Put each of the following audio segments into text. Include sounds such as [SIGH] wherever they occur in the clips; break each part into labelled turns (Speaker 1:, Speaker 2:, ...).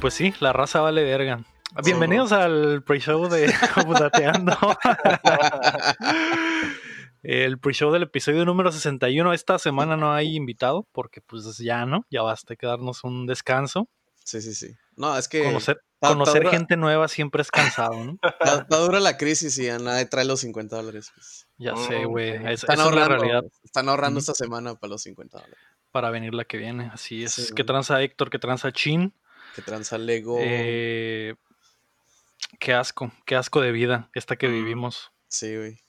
Speaker 1: Pues sí, la raza vale verga. Bienvenidos al pre-show de Computateando. el pre-show del episodio número 61. Esta semana no hay invitado porque pues ya no, ya basta que darnos un descanso.
Speaker 2: Sí, sí, sí. No, es que
Speaker 1: Conocer,
Speaker 2: ta- ta
Speaker 1: conocer
Speaker 2: dura-
Speaker 1: gente nueva siempre es cansado, ¿no?
Speaker 2: está está dura la crisis y a nadie trae los 50 dólares. pues.
Speaker 1: Ya
Speaker 3: Mm,
Speaker 1: sé, güey.
Speaker 3: sí.
Speaker 1: Es, esa es
Speaker 2: Están
Speaker 1: la
Speaker 2: ahorrando,
Speaker 1: realidad
Speaker 2: están ahorrando
Speaker 1: Ujú.
Speaker 2: esta semana para los 50 dólares.
Speaker 1: para venir la que viene. Así es.
Speaker 2: Sí, Oh.
Speaker 1: que
Speaker 2: güey.
Speaker 1: tranza Héctor, que tranza Chin.
Speaker 2: Que tranza Lego.
Speaker 1: Eh, qué asco, qué asco de vida esta que
Speaker 3: Mm.
Speaker 1: vivimos.
Speaker 2: Sí, güey.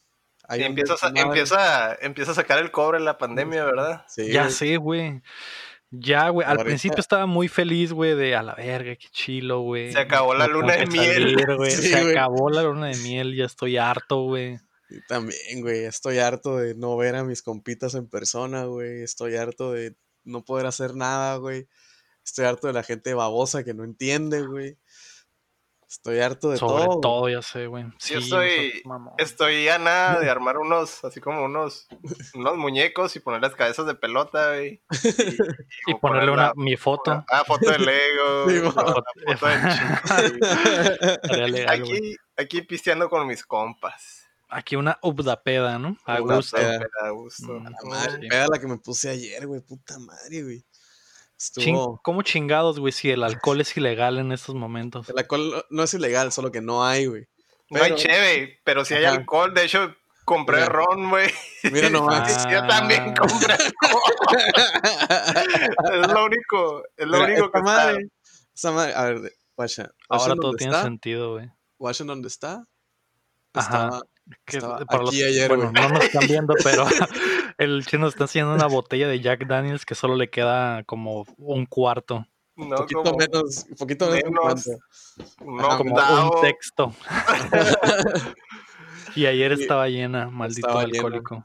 Speaker 2: Hay
Speaker 3: Y
Speaker 2: un
Speaker 3: empieza, a-
Speaker 2: desmadre.
Speaker 3: empieza, empieza a sacar el cobre en la pandemia, ¿verdad?
Speaker 2: Sí,
Speaker 1: Ya
Speaker 2: güey.
Speaker 1: sé, güey. Ya, güey. Al
Speaker 2: Ahorita-
Speaker 1: principio estaba muy feliz, güey, de a la verga, qué chilo, güey.
Speaker 3: Se acabó la
Speaker 1: No
Speaker 3: luna
Speaker 1: tengo que
Speaker 3: de miel.
Speaker 1: salir,
Speaker 2: [LAUGHS]
Speaker 1: güey.
Speaker 2: Sí,
Speaker 1: Se
Speaker 2: güey.
Speaker 1: acabó la luna de miel, ya estoy harto, güey.
Speaker 2: Y También, güey. Estoy harto de no ver a mis compitas en persona, güey. Estoy harto de no poder hacer nada, güey. Estoy harto de la gente babosa que no entiende, güey. Estoy harto de
Speaker 1: Sobre
Speaker 2: todo.
Speaker 1: todo,
Speaker 2: güey.
Speaker 1: ya sé, güey. Sí, no
Speaker 3: soy-
Speaker 1: seas mamón.
Speaker 3: Estoy a nada
Speaker 2: [LAUGHS]
Speaker 3: de armar unos, así como unos, unos muñecos y poner las cabezas de pelota, güey.
Speaker 1: Y ponerle una, mi foto.
Speaker 3: Ah, foto de Lego.
Speaker 2: [LAUGHS] Sí,
Speaker 3: la-
Speaker 2: mo.
Speaker 1: [LAUGHS]
Speaker 3: la foto de Chiqui.
Speaker 2: [LAUGHS]
Speaker 1: Estaría legal, güey.
Speaker 3: aquí, aquí pisteando con mis compas.
Speaker 1: Aquí una updapeda, ¿no? A
Speaker 2: Updapeda.
Speaker 1: gusto.
Speaker 3: A gusto.
Speaker 1: Mm.
Speaker 2: La madre,
Speaker 1: Sí.
Speaker 2: peda la que me puse ayer, güey. Puta madre, güey.
Speaker 1: Chin-
Speaker 2: Estuvo.
Speaker 1: ¿Cómo chingados, güey, si
Speaker 2: [LAUGHS]
Speaker 1: el alcohol es ilegal en estos momentos?
Speaker 2: El alcohol no es ilegal, solo que no hay, güey.
Speaker 3: No hay
Speaker 2: Pero-
Speaker 3: cheve, pero si hay
Speaker 2: Ajá.
Speaker 3: alcohol. De hecho, compré
Speaker 2: Mira.
Speaker 3: ron, güey. [LAUGHS]
Speaker 2: Mira nomás.
Speaker 1: [LAUGHS] Ah.
Speaker 3: Yo también compré alcohol. es lo único, es [LAUGHS] lo
Speaker 2: Mira,
Speaker 3: único
Speaker 2: esta
Speaker 3: que está.
Speaker 2: madre, esta madre- a ver, de- guacha.
Speaker 1: Ahora
Speaker 2: Guachen
Speaker 1: todo
Speaker 2: donde
Speaker 1: tiene
Speaker 2: está,
Speaker 1: sentido, güey.
Speaker 2: guachen donde está.
Speaker 1: Ajá.
Speaker 2: Estaba-
Speaker 1: que
Speaker 2: Estaba
Speaker 1: para
Speaker 2: aquí
Speaker 1: los,
Speaker 2: ayer,
Speaker 1: bueno,
Speaker 2: güey.
Speaker 1: no nos están viendo,
Speaker 2: [LAUGHS]
Speaker 1: pero [LAUGHS] el chino está haciendo una botella de Jack Daniels que solo le queda como un cuarto,
Speaker 3: No,
Speaker 2: poquito
Speaker 3: como
Speaker 2: menos, poquito menos. de un
Speaker 3: menos.
Speaker 2: cuarto.
Speaker 3: un
Speaker 2: Ajá,
Speaker 1: como
Speaker 3: octavo.
Speaker 1: un
Speaker 2: [LAUGHS]
Speaker 1: texto. y ayer
Speaker 2: Sí.
Speaker 1: estaba llena, maldito
Speaker 2: Estaba llena.
Speaker 1: alcohólico.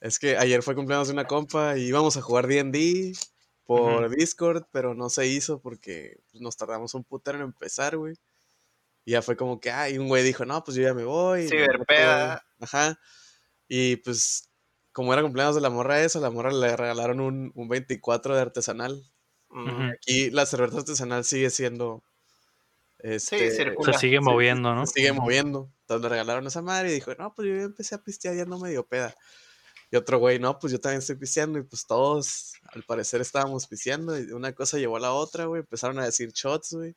Speaker 2: Es que ayer fue cumpleaños de una compa y íbamos a jugar D&D por Discord, pero no se hizo porque pues, nos tardamos un putero en empezar, güey. Y ya fue como que, ay, un güey dijo, no, pues yo ya me voy.
Speaker 3: Ciberpeda.
Speaker 2: Ajá. Y pues, como era cumpleaños de la morra esa, la morra le regalaron un, un 24 de artesanal.
Speaker 3: Mm,
Speaker 1: Ujú.
Speaker 2: Y la cerveza artesanal sigue siendo... este,
Speaker 3: circula.
Speaker 1: Se
Speaker 3: Una-
Speaker 1: sigue
Speaker 2: sí,
Speaker 1: moviendo, ¿no?
Speaker 2: se
Speaker 1: [LAUGHS]
Speaker 2: sigue moviendo. Entonces le regalaron esa madre y dijo, no, pues yo ya empecé a pistear, ya no me dio peda. Y otro güey, no, pues yo también estoy pisteando y pues todos al parecer estábamos pisteando y una cosa llevó a la otra, güey. Empezaron a decir shots, güey.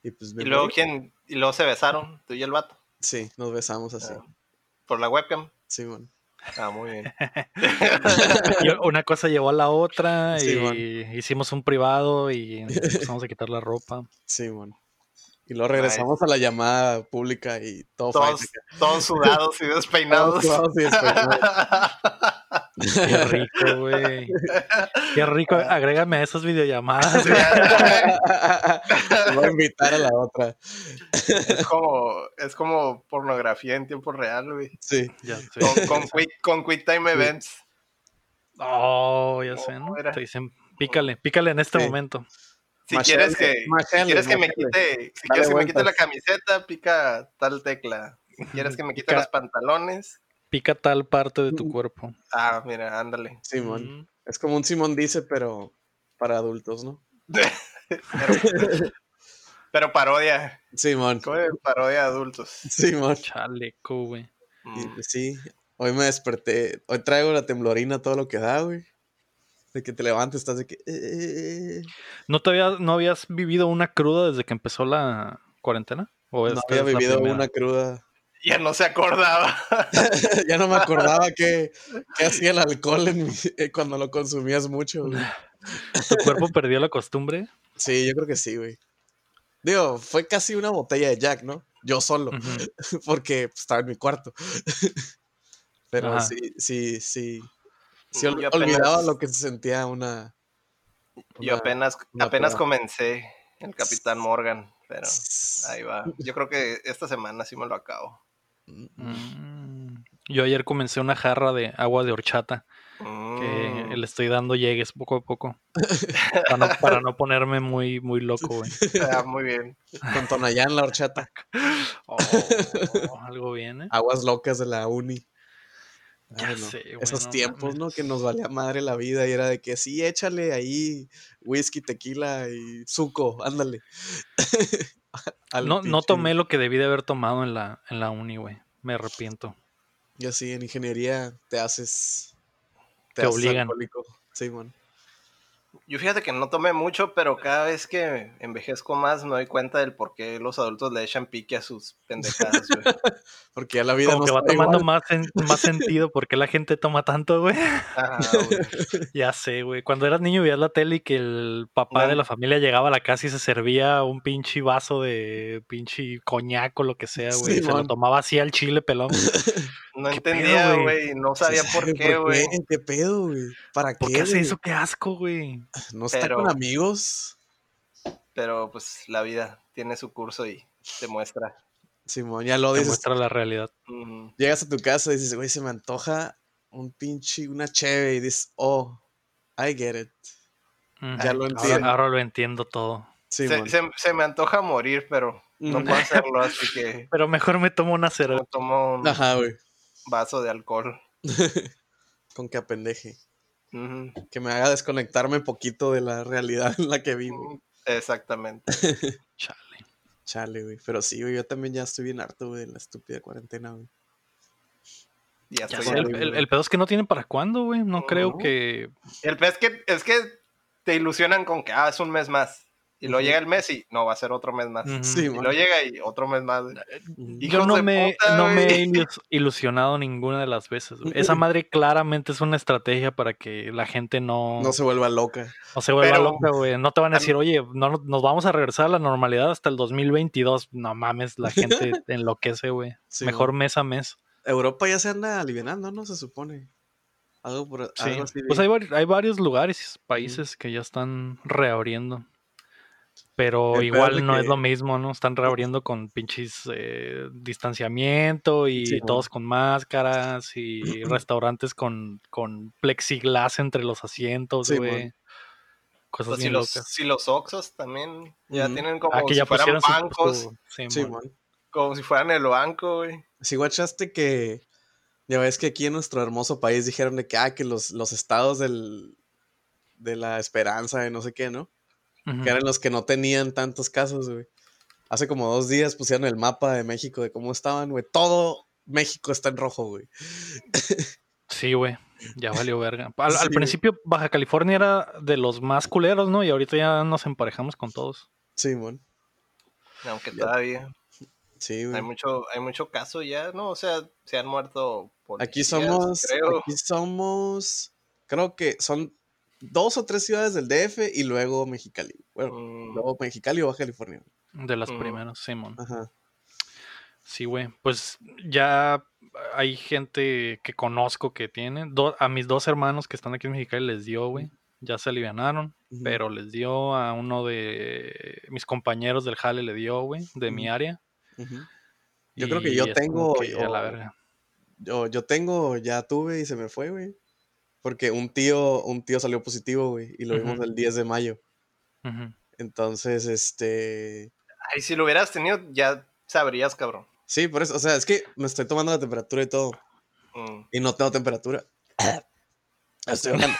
Speaker 2: Y pues me
Speaker 3: Y luego,
Speaker 2: morí.
Speaker 3: ¿quién? Y luego se besaron, tú y el vato.
Speaker 2: Sí, nos besamos así.
Speaker 3: Ah, Por la webcam.
Speaker 2: Sí, man.
Speaker 3: Ah, muy
Speaker 2: [LAUGHS]
Speaker 3: bien.
Speaker 1: Y una cosa llevó a la otra
Speaker 2: Sí,
Speaker 1: y
Speaker 2: man.
Speaker 1: hicimos un privado y empezamos a quitar la ropa.
Speaker 2: Sí, man. Y luego regresamos a la llamada pública y todo fue
Speaker 3: Todos, todos sudados y despeinados.
Speaker 2: todos y
Speaker 3: [LAUGHS]
Speaker 2: despeinados.
Speaker 1: Qué rico, güey. Qué rico. Agrégame a esas videollamadas. güey.
Speaker 2: [LAUGHS] Voy a invitar a la otra.
Speaker 3: es, como, es como pornografía en tiempo real, güey.
Speaker 2: Sí.
Speaker 1: [LAUGHS] Ya sé.
Speaker 3: Con, con, quick, con quick Time
Speaker 2: Sí.
Speaker 3: Events.
Speaker 1: Oh, ya sé, ¿no?
Speaker 3: Fuera.
Speaker 1: Te dicen, pícale, pícale en este
Speaker 2: Sí.
Speaker 1: momento.
Speaker 3: Si
Speaker 2: Machale,
Speaker 3: quieres que, si
Speaker 2: machale,
Speaker 3: quieres que me
Speaker 2: machale.
Speaker 3: quite, si
Speaker 2: Dale
Speaker 3: quieres que me quite
Speaker 2: vueltas.
Speaker 3: la camiseta, pica tal tecla. Si quieres que me quite
Speaker 1: Ca-
Speaker 3: los pantalones,
Speaker 1: Pica tal parte de tu cuerpo.
Speaker 3: ah,
Speaker 2: [LAUGHS]
Speaker 3: mira, ándale.
Speaker 2: Mm,
Speaker 3: [LAUGHS]
Speaker 2: Simón.
Speaker 1: Mm.
Speaker 2: Es como un Simón dice, pero para adultos, ¿no?
Speaker 3: Pero, pero parodia,
Speaker 2: Simón.
Speaker 3: como de parodia de adultos.
Speaker 2: Simón.
Speaker 1: Chaleco, güey.
Speaker 2: Y
Speaker 3: Mm.
Speaker 2: pues sí, hoy me desperté. Hoy traigo la temblorina todo lo que da, güey. De que te levantes, estás de que. eh, eh, eh.
Speaker 1: ¿No, te había- ¿No habías vivido una cruda desde que empezó la cuarentena? ¿O
Speaker 2: no
Speaker 1: esta
Speaker 2: había
Speaker 1: es la
Speaker 2: vivido
Speaker 1: primera?
Speaker 2: una cruda.
Speaker 3: [LAUGHS]
Speaker 2: [LAUGHS]
Speaker 3: Ya no se acordaba.
Speaker 2: ya no me acordaba que, que hacía el alcohol en mi- eh, cuando lo consumías mucho, güey.
Speaker 1: ¿Tu cuerpo perdió la
Speaker 2: [LAUGHS]
Speaker 1: costumbre?
Speaker 2: Sí, yo creo que sí, güey. Digo, fue casi una botella de Jack, ¿no? Yo solo,
Speaker 1: Ujú.
Speaker 2: porque pues, estaba en mi cuarto. [LAUGHS] Pero
Speaker 1: Ajá. Mm,
Speaker 2: sí, sí, sí. Sí, ol-
Speaker 3: Yo apenas-
Speaker 2: olvidaba lo que se sentía una. una-
Speaker 3: Yo apenas,
Speaker 2: una
Speaker 3: apenas
Speaker 2: peda.
Speaker 3: comencé el Capitán Morgan, pero ahí va. Yo creo que esta semana sí me lo acabo.
Speaker 1: Mm. Yo ayer comencé una jarra de agua de horchata que
Speaker 3: Mm.
Speaker 1: le estoy dando llegues poco a
Speaker 2: [LAUGHS]
Speaker 1: poco para no, para no ponerme muy, muy loco, güey.
Speaker 3: Ah, muy bien.
Speaker 2: [LAUGHS] Con Tonayán, la horchata. [LAUGHS]
Speaker 1: Oh, algo viene.
Speaker 2: Ah, Aguas locas de la uni.
Speaker 1: Ya
Speaker 2: Ay, no.
Speaker 1: sé, güey,
Speaker 2: Esos
Speaker 1: no
Speaker 2: tiempos,
Speaker 1: mames.
Speaker 2: ¿no? Que nos valía madre la vida y era de que sí, échale ahí whisky, tequila y suco, ándale. [LAUGHS] Al
Speaker 1: No, no
Speaker 2: pinche-
Speaker 1: tomé lo que debí de haber tomado en la, en la uni, güey. Me arrepiento.
Speaker 2: Y así en ingeniería te haces.
Speaker 1: Te obligan.
Speaker 2: alcohólico. Sí, bueno.
Speaker 3: Yo fíjate que no tomé mucho, pero cada vez que envejezco más me doy cuenta del por qué los adultos le echan pique a sus pendejadas, güey.
Speaker 2: Porque ya la vida
Speaker 1: Como
Speaker 2: no
Speaker 1: que va
Speaker 2: está
Speaker 1: tomando
Speaker 2: igual.
Speaker 1: más, sen- más sentido porque la gente toma tanto, güey. [LAUGHS]
Speaker 3: Ajá, güey.
Speaker 1: Ya sé, güey. Cuando eras niño veías la tele y que el papá
Speaker 3: Una-
Speaker 1: de la familia llegaba a la casa y se servía un pinche vaso de pinche coñaco, lo que sea, güey. y se lo
Speaker 2: Simón.
Speaker 1: tomaba así al chile
Speaker 2: [LAUGHS]
Speaker 1: pelón.
Speaker 3: No
Speaker 1: ¿Qué
Speaker 3: entendía,
Speaker 1: pedo, güey?
Speaker 3: güey. No sabía
Speaker 2: Sí,
Speaker 3: por
Speaker 2: sabe
Speaker 3: qué, güey.
Speaker 2: ¿Qué pedo, güey? ¿Para
Speaker 1: ¿Por
Speaker 2: qué?
Speaker 1: qué hace
Speaker 2: güey?
Speaker 1: eso? Qué asco, güey.
Speaker 2: ¿No está
Speaker 3: Pero-
Speaker 2: con amigos?
Speaker 3: Pero pues la vida tiene su curso y te muestra.
Speaker 2: Simón, ya lo
Speaker 1: Te
Speaker 2: dices.
Speaker 1: muestra la realidad.
Speaker 3: Ujú.
Speaker 2: Llegas a tu casa y dices, güey, se me antoja un pinche, una cheve. Y dices, oh, I get it.
Speaker 1: Mm.
Speaker 2: Ya lo
Speaker 1: Ahora-
Speaker 2: entiendo.
Speaker 1: Ahora lo entiendo todo.
Speaker 3: Se,
Speaker 2: Simón.
Speaker 3: se- se me antoja morir, pero no
Speaker 2: Ujú.
Speaker 1: [LAUGHS]
Speaker 3: puedo hacerlo, así que
Speaker 1: Pero mejor me tomo una cerveza.
Speaker 3: me tomo un
Speaker 2: Ajá, güey.
Speaker 3: vaso de alcohol.
Speaker 2: Con que apendeje.
Speaker 3: Ujú.
Speaker 2: Que me haga desconectarme poquito de la realidad [LAUGHS] en la que vivo.
Speaker 3: Exactamente.
Speaker 1: Chale.
Speaker 2: Chale, güey. Pero sí, güey, yo también ya estoy bien harto, güey, de la estúpida cuarentena, güey.
Speaker 3: Ya
Speaker 1: Ya
Speaker 3: estoy
Speaker 1: sé,
Speaker 2: sé,
Speaker 3: al-
Speaker 1: el, el- el pedo es que no tienen para cuándo, güey. No creo
Speaker 3: No.
Speaker 1: que.
Speaker 3: El pez que es que te ilusionan con que ah, es un mes más. Y luego
Speaker 2: Ujú.
Speaker 3: llega el mes y no, va a ser otro mes más.
Speaker 1: Ujú.
Speaker 2: Sí,
Speaker 3: Mm, Y
Speaker 2: man.
Speaker 3: luego llega y otro mes más.
Speaker 2: Ujú.
Speaker 3: Y-
Speaker 1: Yo
Speaker 3: Hijos
Speaker 1: no
Speaker 3: de
Speaker 1: me,
Speaker 3: puta,
Speaker 1: no me
Speaker 3: [LAUGHS] güey.
Speaker 1: he ilus- ilusionado ninguna de las veces. güey. Esa
Speaker 3: [LAUGHS]
Speaker 1: madre claramente es una estrategia para que la gente no,
Speaker 2: No se vuelva loca.
Speaker 1: no se vuelva
Speaker 3: pero-
Speaker 1: loca, güey. No te van a
Speaker 3: a mí-
Speaker 1: decir, oye, no, no- nos vamos a regresar a la normalidad hasta el 2022. No mames, la
Speaker 3: [LAUGHS]
Speaker 1: gente enloquece, güey.
Speaker 2: Sí,
Speaker 1: Mejor
Speaker 2: man.
Speaker 1: mes a mes.
Speaker 2: Europa ya se anda alivianando, ¿no? Se supone. Algo por
Speaker 1: Sí.
Speaker 2: algo así.
Speaker 1: Pues
Speaker 2: vi.
Speaker 1: hay, vari- hay varios lugares, países que ya están reabriendo. Pero
Speaker 2: El pedo es de
Speaker 1: igual no es
Speaker 2: que-
Speaker 1: lo mismo, ¿no? Están reabriendo con pinches eh, distanciamiento y
Speaker 2: Sí,
Speaker 1: todos con máscaras y restaurantes con, con plexiglas entre los asientos,
Speaker 2: Sí,
Speaker 1: güey.
Speaker 2: mon.
Speaker 1: Cosas
Speaker 3: Pues, si,
Speaker 1: bien
Speaker 3: los,
Speaker 1: locas.
Speaker 3: si los Oxos también ya
Speaker 2: Ujú.
Speaker 3: tienen como
Speaker 1: Ah, que
Speaker 3: si
Speaker 1: ya
Speaker 3: fueran
Speaker 1: pusieron su-
Speaker 3: bancos,
Speaker 1: su- sí,
Speaker 2: Sí,
Speaker 1: mon.
Speaker 2: man.
Speaker 3: como si fueran el banco, güey.
Speaker 2: Si guachaste que. Ya ves que aquí en nuestro hermoso país dijeron de que, ah, que los, los estados del, de la esperanza, de no sé qué, ¿no?
Speaker 1: Ujú.
Speaker 2: Que eran los que no tenían tantos casos, güey. Hace como dos días pusieron el mapa de México de cómo estaban, güey. Todo México está en rojo, güey.
Speaker 1: Sí, güey. Ya
Speaker 2: [LAUGHS]
Speaker 1: valió verga. Al, al
Speaker 2: Sí, güey.
Speaker 1: principio Baja California era de los más culeros, ¿no? Y ahorita ya nos emparejamos con todos.
Speaker 2: Sí, man.
Speaker 3: Aunque
Speaker 2: Ya.
Speaker 3: todavía
Speaker 2: Sí,
Speaker 3: hay
Speaker 2: güey.
Speaker 3: mucho, hay mucho caso ya, ¿no? O sea, se han muerto
Speaker 2: Aquí
Speaker 3: policías,
Speaker 2: somos,
Speaker 3: creo.
Speaker 2: aquí somos, creo que son dos o tres ciudades del DF y luego Mexicali. Bueno,
Speaker 3: Mm,
Speaker 2: luego Mexicali o Baja California.
Speaker 1: De las
Speaker 3: Ujú.
Speaker 1: primeras, Simón.
Speaker 2: Ajá.
Speaker 1: Sí, güey. Pues ya hay gente que conozco que tiene. Do- a mis dos hermanos que están aquí en Mexicali les dio, güey. Ya se alivianaron,
Speaker 2: Ujú.
Speaker 1: pero les dio a uno de mis compañeros del jale, le dio, güey, de mi
Speaker 2: Ujú.
Speaker 1: área.
Speaker 2: Ujú. Yo creo que yo
Speaker 1: es como
Speaker 2: tengo-
Speaker 1: que a la
Speaker 2: o-
Speaker 1: verga.
Speaker 2: Yo, yo tengo, ya tuve y se me fue, güey. Porque un tío, un tío salió positivo, güey, y lo vimos
Speaker 1: Ujú.
Speaker 2: el 10 de mayo.
Speaker 1: Ujú.
Speaker 2: Entonces, este,
Speaker 3: Ay, si lo hubieras tenido, ya sabrías, cabrón.
Speaker 2: sí, por eso, o sea, es que me estoy tomando la temperatura y todo,
Speaker 3: Mm.
Speaker 2: y no tengo temperatura. [COUGHS] Estoy
Speaker 1: [COUGHS]
Speaker 2: hablando.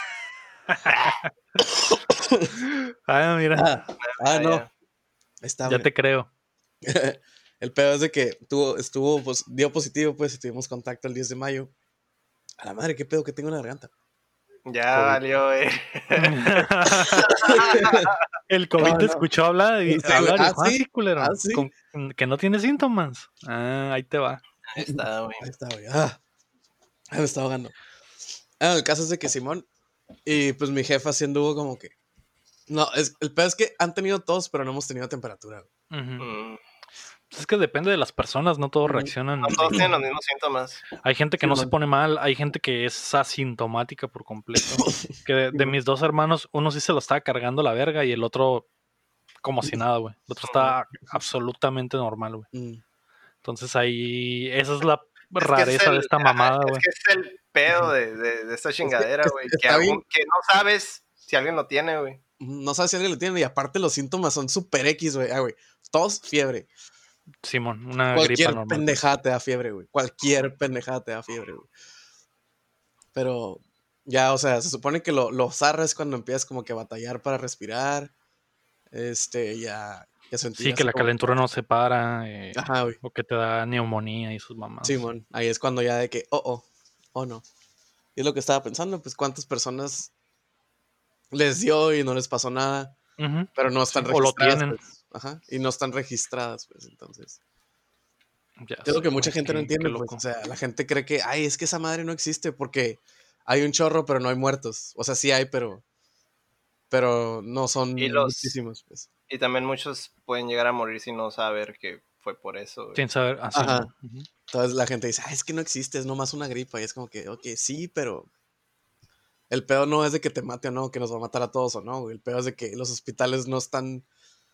Speaker 1: Ah, mira,
Speaker 2: Ah, ah, no,
Speaker 3: ya.
Speaker 1: [LAUGHS]
Speaker 2: está
Speaker 1: ya
Speaker 2: bueno.
Speaker 1: te
Speaker 2: [LAUGHS]
Speaker 1: creo.
Speaker 2: El pedo es de que tuvo, estuvo, pues, dio positivo, pues, y tuvimos contacto el 10 de mayo. A la madre, qué pedo que tengo en la garganta. [LAUGHS]
Speaker 3: Ya valió, eh.
Speaker 1: El COVID
Speaker 2: No,
Speaker 1: te
Speaker 2: no.
Speaker 1: escuchó hablar y
Speaker 2: Sí, güey.
Speaker 1: hablar y
Speaker 2: Ah,
Speaker 1: dijo, "Ah,
Speaker 2: sí,
Speaker 1: sí, culero,
Speaker 2: ah, sí".
Speaker 1: con- que no tiene síntomas. Ah, ahí te va.
Speaker 3: Ahí está, güey.
Speaker 2: Ahí está, güey. Ah, Ah, me está ahogando. Ah, el caso es de que Simón y pues mi jefa sí anduvo como que. No, es, el pedo es que han tenido todos, pero no hemos tenido temperatura. güey.
Speaker 1: Ujú.
Speaker 3: Mm.
Speaker 1: Pues Es que depende de las personas, no todos
Speaker 2: Ujú.
Speaker 1: reaccionan.
Speaker 3: No todos tienen los mismos síntomas.
Speaker 1: Hay gente que no se
Speaker 2: Simón.
Speaker 1: pone mal, hay gente que es asintomática por completo.
Speaker 2: [LAUGHS]
Speaker 1: que de, de mis dos hermanos, uno sí se lo estaba cargando la verga y el otro como si nada, güey. El otro está absolutamente normal, güey.
Speaker 2: Mm.
Speaker 1: Entonces ahí, esa es la
Speaker 3: Es que
Speaker 1: rareza
Speaker 3: es el-
Speaker 1: de esta
Speaker 3: ajá,
Speaker 1: mamada,
Speaker 3: es
Speaker 1: güey.
Speaker 3: que es el pedo de, de- de esta chingadera,
Speaker 2: es-
Speaker 3: güey. Que,
Speaker 2: está
Speaker 3: algún-
Speaker 2: bien.
Speaker 3: que no sabes si alguien lo tiene, güey.
Speaker 2: No sabes si alguien lo tiene y aparte los síntomas son super X, güey. Ah, güey. Tos, fiebre.
Speaker 1: Simón, una gripa
Speaker 2: Cualquier
Speaker 1: normal.
Speaker 2: pendejada te da fiebre, güey. Cualquier pendejada te da fiebre, güey. Pero ya, o sea, se supone que lo, lo zarra es cuando empiezas como que a batallar para respirar. Este, ya, ya sentí.
Speaker 1: Sí, que la calentura no se para. eh,
Speaker 2: Ajá, güey.
Speaker 1: o que te da neumonía y sus mamás.
Speaker 2: Simón, ahí es cuando ya de que, oh, oh, oh no. Y es lo que estaba pensando, pues cuántas personas les dio y no les pasó nada,
Speaker 1: Ujú.
Speaker 2: pero no están
Speaker 1: Sí, o lo
Speaker 2: registradas.
Speaker 1: tienen.
Speaker 2: pues. Ajá, y no están registradas, pues entonces.
Speaker 1: Ya
Speaker 2: Es lo
Speaker 1: sé,
Speaker 2: que mucha
Speaker 1: güey,
Speaker 2: gente no
Speaker 1: qué-
Speaker 2: entiende,
Speaker 1: qué
Speaker 2: pues,
Speaker 1: loco.
Speaker 2: o sea, la gente cree que, ay, es que esa madre no existe porque hay un chorro, pero no hay muertos. O sea, sí hay, pero pero no son
Speaker 3: Y los-
Speaker 2: muchísimos, pues.
Speaker 3: Y también muchos pueden llegar a morir sin no saber que fue por eso. güey.
Speaker 1: Sin saber, así,
Speaker 2: Ajá.
Speaker 1: ¿no? ah, Ujú.
Speaker 2: Entonces la gente dice, ah, es que no existe, es nomás una gripa. Y es como que, ok, sí, pero el pedo no es de que te mate o no, que nos va a matar a todos o no. güey. El pedo es de que los hospitales no están,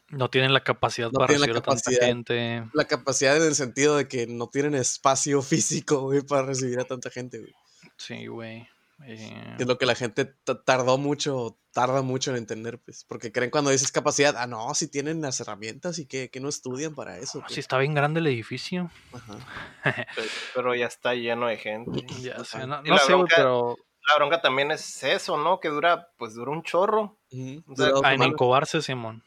Speaker 1: No tienen la capacidad
Speaker 2: No
Speaker 1: para
Speaker 2: tienen la
Speaker 1: recibir a tanta
Speaker 2: capacidad.
Speaker 1: gente.
Speaker 2: la capacidad en el sentido de que no tienen espacio [LAUGHS] físico, güey, para recibir a tanta gente, güey.
Speaker 1: Sí, güey. Eh,
Speaker 2: Que Es lo que la gente ta- tardó mucho, tarda mucho en entender, pues. Porque creen cuando dices capacidad, ah, no, si tienen las herramientas y que, que no estudian para eso.
Speaker 1: sí,
Speaker 2: pues".
Speaker 1: está bien grande el edificio.
Speaker 2: Ajá.
Speaker 3: Pero, pero ya está lleno de gente.
Speaker 1: Ya sé,
Speaker 2: Ajá.
Speaker 1: no,
Speaker 3: Y
Speaker 1: no
Speaker 3: la
Speaker 1: sé, güey,
Speaker 3: bronca-
Speaker 1: pero
Speaker 3: La bronca también es eso, ¿no? Que dura, pues dura un chorro.
Speaker 2: Ujú.
Speaker 3: O sea,
Speaker 2: Duró
Speaker 1: ah, en
Speaker 2: semanas.
Speaker 1: incubarse, Simón.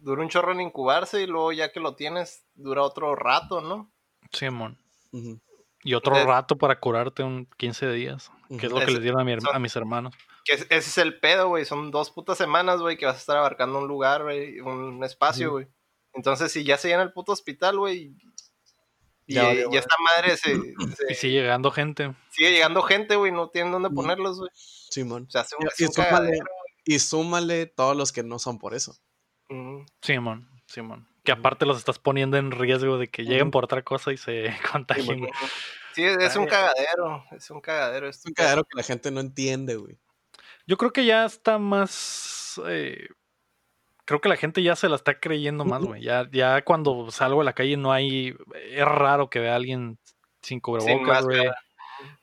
Speaker 3: Dura un chorro en incubarse y luego ya que lo tienes, dura otro rato, ¿no?
Speaker 1: Simón.
Speaker 2: Ujú.
Speaker 1: Y otro
Speaker 3: Entonces-
Speaker 1: rato para curarte un 15 días, que es lo que
Speaker 3: Eso-
Speaker 1: les dieron a, mi her-
Speaker 3: son-
Speaker 1: a mis hermanos.
Speaker 3: Que es- ese es el pedo, güey. Son dos putas semanas, güey, que vas a estar abarcando un lugar, güey, un espacio,
Speaker 2: Ujú.
Speaker 3: güey. Entonces, si ya se llena el puto hospital, güey, y
Speaker 2: Ya
Speaker 3: ya,
Speaker 2: valió, güey.
Speaker 3: esta madre se, se-
Speaker 1: Y [LAUGHS] sigue llegando gente.
Speaker 3: sigue llegando gente, güey, no tienen dónde
Speaker 2: Ujú.
Speaker 3: ponerlos, güey.
Speaker 2: Simón.
Speaker 3: O sea, hace un,
Speaker 2: Y-
Speaker 3: hace
Speaker 2: y
Speaker 3: un
Speaker 2: súmale-
Speaker 3: cagadero,
Speaker 2: Y súmale todos los que no son por eso.
Speaker 3: güey. Ujú.
Speaker 1: Simón, Simón. Que aparte los estás poniendo en riesgo de que lleguen
Speaker 2: Ujú.
Speaker 1: por otra cosa y se [LAUGHS] contagien, güey.
Speaker 3: Sí, es, es un
Speaker 1: Ay.
Speaker 3: cagadero, es un cagadero.
Speaker 2: Es
Speaker 3: esto.
Speaker 2: un cagadero que la gente no entiende, güey.
Speaker 1: Yo creo que ya está más. eh, creo que la gente ya se la está creyendo más,
Speaker 2: Ujú.
Speaker 1: güey. Ya, ya cuando salgo a la calle no hay. Es raro que vea a alguien sin cubrebocas,
Speaker 3: máscara.
Speaker 1: güey.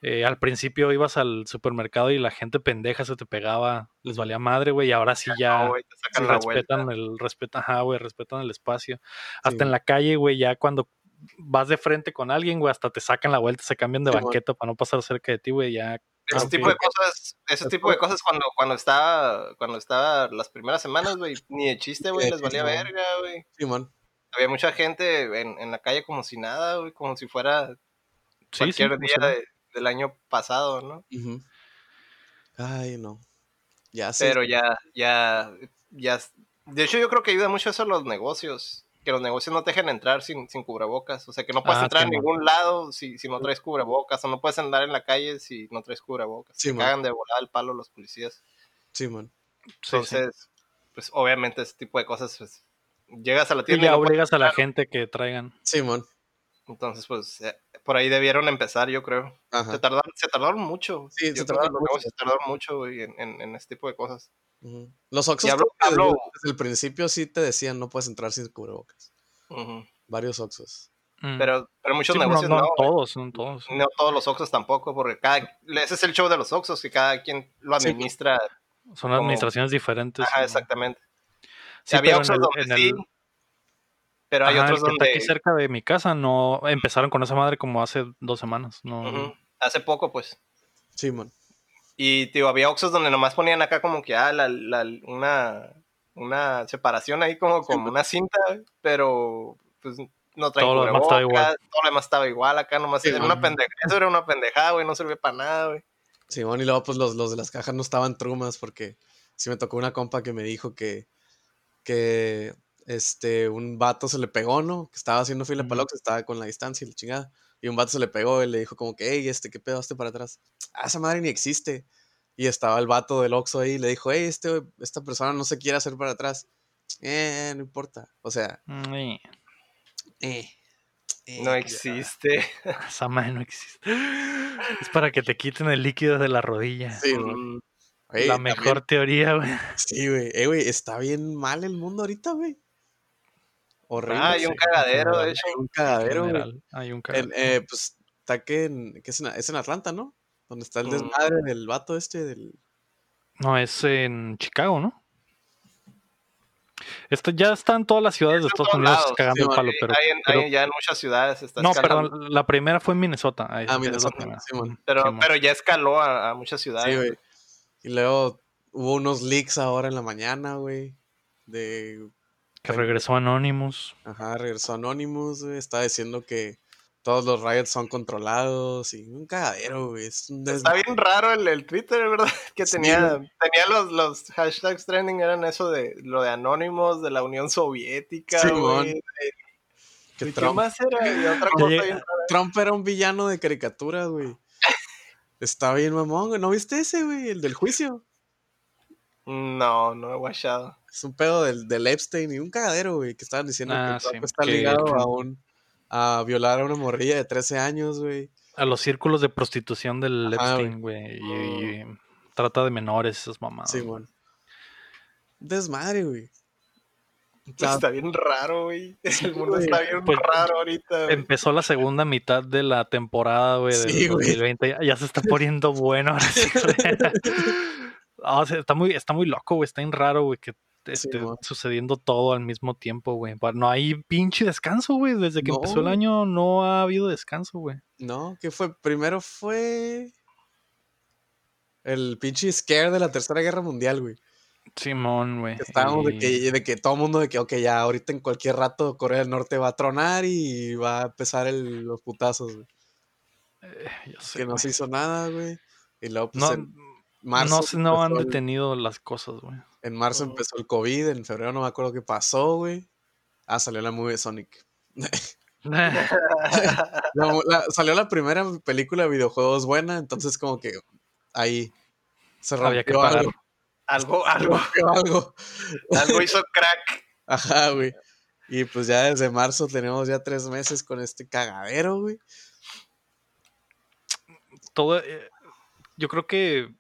Speaker 1: Eh, al principio ibas al supermercado y la gente pendeja se te pegaba, les valía madre, güey. Y ahora sí ya.
Speaker 3: No, Ah, güey, te sacan la vuelta.
Speaker 1: respetan el respetan, ajá, güey, respetan el espacio. Hasta en
Speaker 2: güey.
Speaker 1: la calle, güey, ya cuando vas de frente con alguien, güey, hasta te sacan la vuelta, se cambian de
Speaker 2: Sí, güey.
Speaker 1: banqueta para no pasar cerca de ti, güey, ya.
Speaker 3: Ese
Speaker 1: ok.
Speaker 3: tipo de cosas, ese tipo de cosas cuando, cuando estaba, cuando estaba las primeras semanas, güey, ni de chiste, güey,
Speaker 2: de
Speaker 3: les valía
Speaker 2: chiste,
Speaker 3: verga, güey.
Speaker 2: Simón.
Speaker 3: Había mucha gente en, en la calle como si nada, güey, como si fuera
Speaker 1: Sí, sí,
Speaker 3: cualquier
Speaker 1: como si
Speaker 3: día
Speaker 1: no.
Speaker 3: de- del año pasado, ¿no?
Speaker 2: Ujú. Ay, no. Ya sé.
Speaker 3: Pero ya, ya, ya. De hecho, yo creo que ayuda mucho eso a los negocios. Que los negocios no te dejen entrar sin, sin cubrebocas. O sea, que no puedes
Speaker 1: Ah,
Speaker 3: entrar a
Speaker 1: Simón.
Speaker 3: ningún lado si, si no traes cubrebocas. O no puedes andar en la calle si no traes cubrebocas. Se
Speaker 2: Simón.
Speaker 3: cagan de volada el palo los policías.
Speaker 2: Simón.
Speaker 1: Sí, sí.
Speaker 3: Entonces, pues obviamente ese tipo de cosas, pues llegas a la
Speaker 1: Y
Speaker 3: tienda y
Speaker 1: ya
Speaker 3: no puedes
Speaker 1: obligas a la
Speaker 3: entrar.
Speaker 1: gente que traigan.
Speaker 2: Simón.
Speaker 3: Entonces, pues eh, por ahí debieron empezar, yo creo.
Speaker 2: Ajá.
Speaker 3: Se tardaron, se tardaron mucho.
Speaker 2: Sí, se
Speaker 3: Yo creo que
Speaker 2: tardaron
Speaker 3: los
Speaker 2: mucho.
Speaker 3: negocios se tardaron mucho güey, en, en- en este tipo de cosas.
Speaker 2: Ujú. Los Oxxos
Speaker 3: Y hablo-
Speaker 2: creo que desde-
Speaker 3: hablo-
Speaker 2: desde el principio sí te decían no puedes entrar sin cubrebocas.
Speaker 3: Ujú.
Speaker 2: Varios Oxxos.
Speaker 1: Mm.
Speaker 3: Pero, pero muchos
Speaker 1: Sí, no,
Speaker 3: negocios
Speaker 1: no,
Speaker 3: no.
Speaker 1: en
Speaker 3: güey.
Speaker 1: todos, no en todos.
Speaker 3: No todos los Oxxos tampoco, porque cada, ese es el show de los Oxxos, que cada quien lo
Speaker 2: Sí.
Speaker 3: administra.
Speaker 1: Son
Speaker 3: como-
Speaker 1: administraciones diferentes.
Speaker 3: Ajá,
Speaker 1: Simón.
Speaker 3: exactamente.
Speaker 1: Sí,
Speaker 3: Había
Speaker 1: pero
Speaker 3: Oxxos donde
Speaker 1: en el, en
Speaker 3: sí,
Speaker 1: el-
Speaker 3: pero hay
Speaker 1: ajá, el
Speaker 3: otros
Speaker 1: que está aquí
Speaker 3: donde
Speaker 1: cerca de mi casa no empezaron con esa madre como hace dos semanas. No,
Speaker 3: ujú, hace poco, pues.
Speaker 2: Simón.
Speaker 3: Y tío, había Oxxos donde nomás ponían acá como que ah, la, la- una, una separación ahí como con una cinta, pero pues no traen
Speaker 1: pues. Todo lo demás
Speaker 3: cubrebocas,
Speaker 1: estaba igual.
Speaker 3: todo lo demás estaba igual, acá nomás
Speaker 2: Sí,
Speaker 3: era
Speaker 2: bueno.
Speaker 3: una pendejada, eso era una pendejada, güey, no sirve para nada, güey.
Speaker 2: Simón. Y luego pues los, los de las cajas no estaban trumas porque sí me tocó una compa que me dijo que, que este, un vato se le pegó, ¿no? Que estaba haciendo fila para el
Speaker 1: Ujú.
Speaker 2: Oxxo, estaba con la distancia y la chingada. Y un vato se le pegó y le dijo como que, hey, este, ¿qué pedo este para atrás? Ah, esa madre ni existe. Y estaba el vato del Oxxo ahí y le dijo, hey, este, esta persona no se quiere hacer para atrás. Eh, no importa. O sea,
Speaker 1: Mm, y
Speaker 2: eh, eh,
Speaker 3: No existe.
Speaker 1: [LAUGHS] esa madre no existe. Es para que te quiten el líquido de la rodilla.
Speaker 2: Sí, güey.
Speaker 3: Mm,
Speaker 2: Oye,
Speaker 1: la
Speaker 2: también-
Speaker 1: mejor teoría, güey.
Speaker 2: sí, güey. Eh, güey, está bien mal el mundo ahorita, güey. Horrible.
Speaker 3: Ajá, hay Ah, un
Speaker 1: Sí, en
Speaker 3: cagadero, de
Speaker 1: general.
Speaker 3: hecho.
Speaker 2: un
Speaker 1: En
Speaker 2: cagadero, güey.
Speaker 1: general, hay un
Speaker 2: En,
Speaker 1: cagadero.
Speaker 2: eh, pues está que en, que es, en, es en Atlanta, ¿no? Donde está el
Speaker 3: Mm.
Speaker 2: desmadre del ah, vato este del...
Speaker 1: No, es en Chicago, ¿no? Esto ya está en todas las ciudades de Estados
Speaker 3: todos
Speaker 1: Unidos
Speaker 3: lados,
Speaker 1: cagando
Speaker 2: sí,
Speaker 1: el palo,
Speaker 3: Hay-
Speaker 1: pero.
Speaker 3: hay en-
Speaker 1: pero-
Speaker 3: hay ya en muchas ciudades está
Speaker 1: no,
Speaker 3: escalando,
Speaker 1: perdón, la primera fue en Minnesota. Ahí,
Speaker 2: Ah,
Speaker 1: esa es la
Speaker 2: Minnesota,
Speaker 1: primera.
Speaker 2: Simón.
Speaker 3: pero,
Speaker 1: Simón.
Speaker 3: pero ya escaló a, a muchas
Speaker 2: Sí,
Speaker 3: ciudades.
Speaker 2: güey. Y luego hubo unos leaks ahora en la mañana, güey. De.
Speaker 1: que regresó Anonymous.
Speaker 2: Ajá, regresó Anonymous, güey. Está diciendo que todos los riots son controlados y un cagadero, güey. Es un des-
Speaker 3: Está bien raro el, el Twitter, ¿verdad? [LAUGHS] Que
Speaker 2: Sí,
Speaker 3: tenía, tenía los, los hashtags trending, eran eso de lo de anónimos, de la Unión Soviética,
Speaker 2: Simón.
Speaker 3: güey.
Speaker 2: que
Speaker 3: ¿Y ¿Qué
Speaker 2: Trump,
Speaker 3: más era? Y otra cosa
Speaker 1: llega-
Speaker 3: bien rara.
Speaker 2: Trump era un villano de caricatura, güey. Está bien, mamón, güey. ¿No viste ese, güey? El del juicio.
Speaker 3: No, no he guachado.
Speaker 2: Es un pedo del, del Epstein y un cagadero, güey. Que estaban diciendo
Speaker 1: Ah,
Speaker 2: que Trump
Speaker 1: sí,
Speaker 2: está
Speaker 1: que-
Speaker 2: ligado a un. a violar a una morrilla de 13 años, güey.
Speaker 1: A los círculos de prostitución del
Speaker 2: Ajá, Oh.
Speaker 1: Epstein, güey. Y, y trata de menores, esas mamadas.
Speaker 2: Simón. Desmadre, güey. Está-
Speaker 3: Está bien raro, güey. [LAUGHS] El mundo
Speaker 2: güey.
Speaker 3: está bien
Speaker 1: Pues,
Speaker 3: raro ahorita. güey.
Speaker 1: Empezó la segunda mitad de la temporada, güey, del
Speaker 2: Sí, güey.
Speaker 1: 2020. Ya, ya se está poniendo bueno. ahora sí,
Speaker 2: [LAUGHS]
Speaker 1: güey. Ah, o sea, está, muy, está muy loco, güey. Está bien raro, güey, que esté
Speaker 2: güey.
Speaker 1: sucediendo todo al mismo tiempo, güey. Pa- No hay pinche descanso, güey. Desde que
Speaker 2: No,
Speaker 1: empezó el
Speaker 2: güey.
Speaker 1: año no ha habido descanso, güey.
Speaker 2: No, ¿qué fue? Primero fue. El pinche scare de la Tercera Guerra Mundial, güey.
Speaker 1: Simón, güey.
Speaker 2: Que estábamos de
Speaker 1: y-
Speaker 2: que, de que todo el mundo de que, ok, ya ahorita en cualquier rato Corea del Norte va a tronar y va a empezar el- los putazos, güey.
Speaker 1: eh, ya sé,
Speaker 2: Que no
Speaker 1: güey.
Speaker 2: se hizo nada, güey. Y luego, pues,
Speaker 1: No,
Speaker 2: en marzo.
Speaker 1: no, se- no han
Speaker 2: empezó el-
Speaker 1: detenido las cosas,
Speaker 2: [LAUGHS]
Speaker 1: güey.
Speaker 2: En marzo empezó el COVID, en febrero no me acuerdo qué pasó, güey. Ah, salió la movie de Sonic. La- la- salió la primera película de videojuegos buena, entonces como que ahí se rompió
Speaker 1: Había que parar.
Speaker 2: algo.
Speaker 3: Algo,
Speaker 1: [LAUGHS]
Speaker 3: algo,
Speaker 2: [LAUGHS] rompió algo.
Speaker 3: algo hizo crack.
Speaker 2: Ajá, güey. Y pues ya desde marzo tenemos ya tres meses con este cagadero, güey.
Speaker 1: todo. eh, yo creo que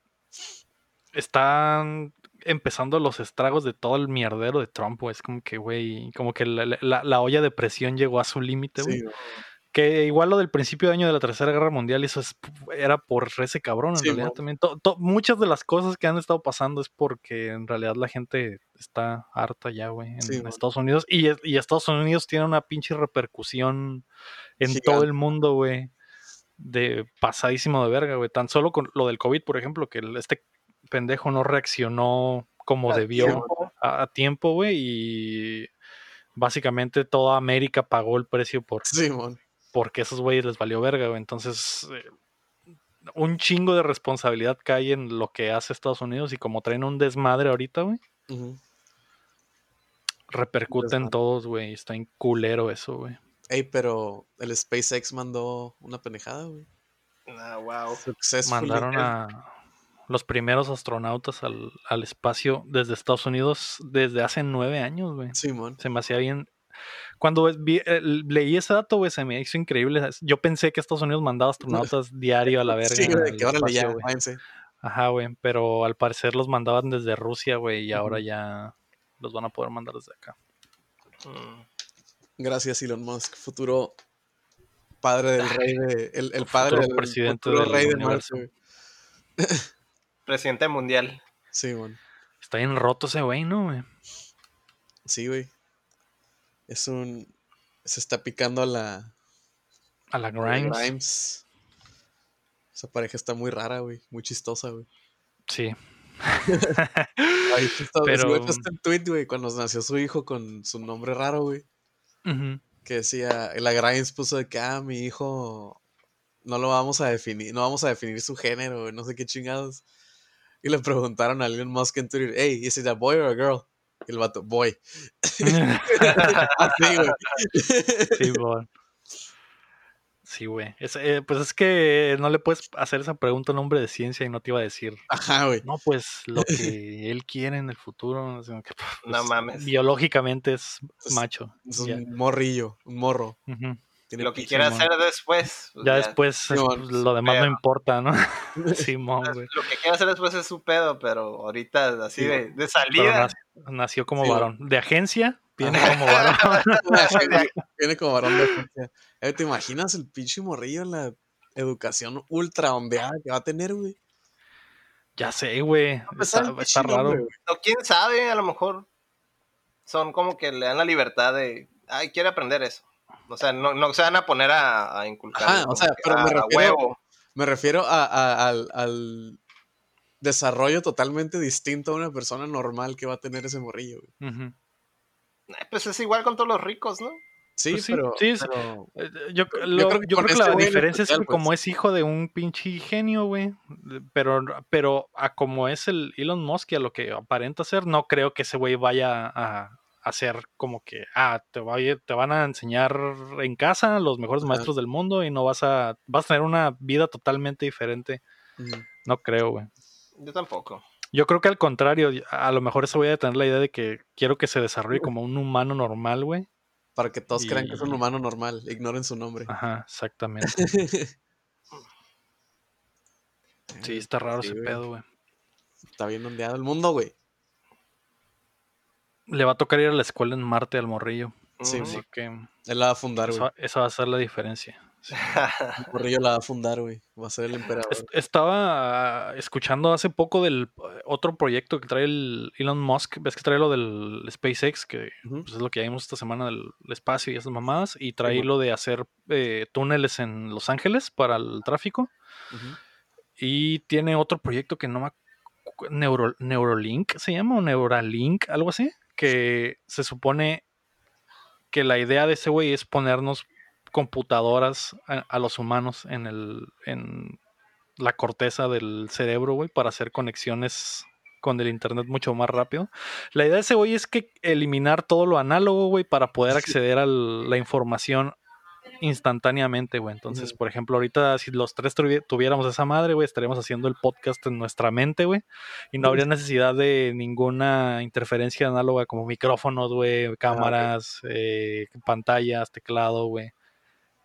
Speaker 1: están empezando los estragos de todo el mierdero de Trump, güey. Es como que, güey, como que la, la- la olla de presión llegó a su límite, güey.
Speaker 2: Sí, güey.
Speaker 1: Que igual lo del principio de año de la Tercera Guerra Mundial, eso es- era por ese cabrón, en
Speaker 2: Sí,
Speaker 1: realidad
Speaker 2: mo.
Speaker 1: también. To- to- muchas de las cosas que han estado pasando es porque en realidad la gente está harta ya, güey, en
Speaker 2: Sí, mo.
Speaker 1: Estados Unidos. Y, es- y Estados Unidos tiene una pinche repercusión en todo
Speaker 2: Gigante.
Speaker 1: el mundo, güey, de pasadísimo de verga, güey. Tan solo con lo del COVID, por ejemplo, que el- este pendejo no reaccionó como
Speaker 2: Ah,
Speaker 3: A
Speaker 1: debió
Speaker 3: tiempo.
Speaker 1: a, a tiempo, güey, y básicamente toda América pagó el precio por
Speaker 2: Simón.
Speaker 1: porque a esos güeyes les valió verga, güey. Entonces, eh, un chingo de responsabilidad cae en lo que hace Estados Unidos y como traen un desmadre ahorita, güey,
Speaker 2: Ujú.
Speaker 1: repercute en
Speaker 2: Desmadre.
Speaker 1: todos, güey. y Está en culero eso, güey.
Speaker 2: Ey, pero el SpaceX mandó una pendejada, güey.
Speaker 3: Ah, wow.
Speaker 2: Successfully.
Speaker 1: Mandaron a los primeros astronautas al, al espacio desde Estados Unidos desde hace nueve años, güey.
Speaker 2: Simón.
Speaker 1: Se me hacía bien. Cuando ves- vi- eh, leí ese dato, güey, se me hizo increíble. Yo pensé que Estados Unidos
Speaker 2: [LAUGHS]
Speaker 1: mandaba astronautas diario a la verga.
Speaker 2: Sí, güey, de
Speaker 1: al
Speaker 2: que órale ya,
Speaker 1: espacio, güey.
Speaker 2: váyanse.
Speaker 1: Ajá, güey, pero al parecer los mandaban desde Rusia, güey, y ahora
Speaker 2: Ujú.
Speaker 1: ya los van a poder mandar desde acá.
Speaker 3: Mm.
Speaker 2: Gracias, Elon Musk, futuro padre del rey de. El, el padre
Speaker 1: Ah, Futuro
Speaker 2: del
Speaker 1: presidente
Speaker 2: futuro
Speaker 1: del
Speaker 2: rey de
Speaker 1: universo.
Speaker 2: Marte, güey.
Speaker 3: Presidente mundial.
Speaker 2: Simón.
Speaker 1: Está bien roto ese güey, ¿no, güey?
Speaker 2: Sí, güey. Es un. Se está picando a la.
Speaker 1: A la
Speaker 2: a la
Speaker 1: Grimes.
Speaker 2: Grimes. Esa pareja está muy rara, güey. Muy chistosa, güey.
Speaker 1: Sí.
Speaker 2: Ahí está,
Speaker 1: Pero-
Speaker 2: Pero... está el tweet, güey, cuando nació su hijo con su nombre raro, güey.
Speaker 1: Ujú.
Speaker 2: Que decía. La Grimes puso de que, ah, mi hijo. No lo vamos a definir. No vamos a definir su género, güey. No sé qué chingados. Y le preguntaron a Elon Musk en Twitter, hey, ¿is it a boy or a girl? Y el vato, boy. Así, güey.
Speaker 1: sí, güey. Sí, güey. Es, eh, pues es que no le puedes hacer esa pregunta a un hombre de ciencia y no te iba a decir.
Speaker 2: Ajá, güey.
Speaker 1: No, pues lo que él quiere en el futuro. sino que, pues,
Speaker 3: No mames.
Speaker 1: Biológicamente es
Speaker 2: Es-
Speaker 1: macho.
Speaker 2: Es un
Speaker 1: Ya.
Speaker 2: morrillo, un morro.
Speaker 1: Ujú.
Speaker 2: Tiene
Speaker 3: Lo que
Speaker 2: pinche
Speaker 3: quiera
Speaker 1: Simón.
Speaker 3: hacer después. pues,
Speaker 1: Ya después es-
Speaker 2: Simón, [LAUGHS]
Speaker 1: lo demás no
Speaker 3: pero-
Speaker 1: importa, ¿no? [LAUGHS] Simón, güey.
Speaker 3: Lo que quiera hacer después es su pedo, pero ahorita así
Speaker 2: Sí,
Speaker 3: de, de
Speaker 1: Pero
Speaker 3: salida.
Speaker 1: nac- nació como
Speaker 2: Sí, güey.
Speaker 1: varón. De agencia, viene como varón. [LAUGHS]
Speaker 2: Viene- Viene como varón de agencia. Eh, ¿Te imaginas el pinche morrillo en la educación ultra ondeada que va a tener, güey?
Speaker 1: ya sé, güey.
Speaker 2: A pesar
Speaker 1: Está,
Speaker 2: del
Speaker 1: está
Speaker 2: pinche nombre,
Speaker 1: raro.
Speaker 2: güey.
Speaker 3: No, quién sabe, a lo mejor son como que le dan la libertad de, ay, quiere aprender eso. O sea, no, no se van a poner a, a inculcar.
Speaker 2: Ajá, o sea,
Speaker 3: como que
Speaker 2: pero me
Speaker 3: a- a
Speaker 2: refiero-
Speaker 3: huevo.
Speaker 2: Me refiero a- a- al, al desarrollo totalmente distinto a una persona normal que va a tener ese morrillo. güey.
Speaker 1: Ujú.
Speaker 3: Eh, Pues es igual con todos los ricos, ¿no?
Speaker 2: Sí,
Speaker 1: Pues sí,
Speaker 2: pero,
Speaker 1: sí, sí.
Speaker 2: pero-
Speaker 1: Eh, Yo, lo-
Speaker 2: creo que
Speaker 1: yo creo
Speaker 2: con
Speaker 1: que
Speaker 2: este
Speaker 1: la
Speaker 2: güey en
Speaker 1: diferencia es que
Speaker 2: especial, pues.
Speaker 1: como es hijo de un pinche genio, güey, pero, pero a como es el Elon Musk y a lo que aparenta ser, no creo que ese güey vaya a hacer como que, ah, te, va a ir- te van a enseñar en casa los mejores
Speaker 2: Ajá.
Speaker 1: maestros del mundo y no vas a, vas a tener una vida totalmente diferente.
Speaker 2: Ujú.
Speaker 1: No creo, güey.
Speaker 3: Yo tampoco.
Speaker 1: Yo creo que al contrario, a lo mejor ese voy a tener la idea de que quiero que se desarrolle como un humano normal, güey.
Speaker 2: para que todos crean que es un
Speaker 1: Y- Ah,
Speaker 2: humano normal, ignoren su nombre.
Speaker 1: Ajá, exactamente.
Speaker 2: [LAUGHS]
Speaker 1: Sí, está raro
Speaker 2: Sí,
Speaker 1: ese
Speaker 2: güey.
Speaker 1: pedo, güey.
Speaker 2: Eh, Está bien ondeado el mundo, güey.
Speaker 1: Le va a tocar ir a la escuela en Marte al morrillo.
Speaker 2: Sí,
Speaker 3: Ujú.
Speaker 1: Así que
Speaker 2: Él la va a fundar, güey.
Speaker 1: eso, eso va a ser la diferencia.
Speaker 2: El morrillo la va a fundar, güey. Va a ser
Speaker 1: [LAUGHS]
Speaker 2: el emperador.
Speaker 1: Es- Estaba ah, escuchando hace poco del eh, otro proyecto que trae el Elon Musk. Ves que trae lo del SpaceX, que
Speaker 2: Ujú.
Speaker 1: pues, es lo que ya vimos esta semana del espacio y esas mamadas. Y trae
Speaker 2: Simón.
Speaker 1: lo de hacer eh, túneles en Los Ángeles para el tráfico.
Speaker 2: Ujú.
Speaker 1: Y tiene otro proyecto que no me acu- Neuro- Neurolink se llama o Neuralink, algo así, que se supone que la idea de ese güey es ponernos computadoras a, a los humanos en el en la corteza del cerebro, güey, para hacer conexiones con el internet mucho más rápido. La idea de ese güey es que eliminar todo lo análogo, güey, para poder acceder a la información instantáneamente, güey. Entonces,
Speaker 2: Ujú.
Speaker 1: por ejemplo, ahorita si los tres tuvi- tuviéramos esa madre, güey, estaríamos haciendo el podcast en nuestra mente, güey, y no habría necesidad de ninguna interferencia análoga como micrófonos, güey, cámaras, eh, pantallas, teclado, güey.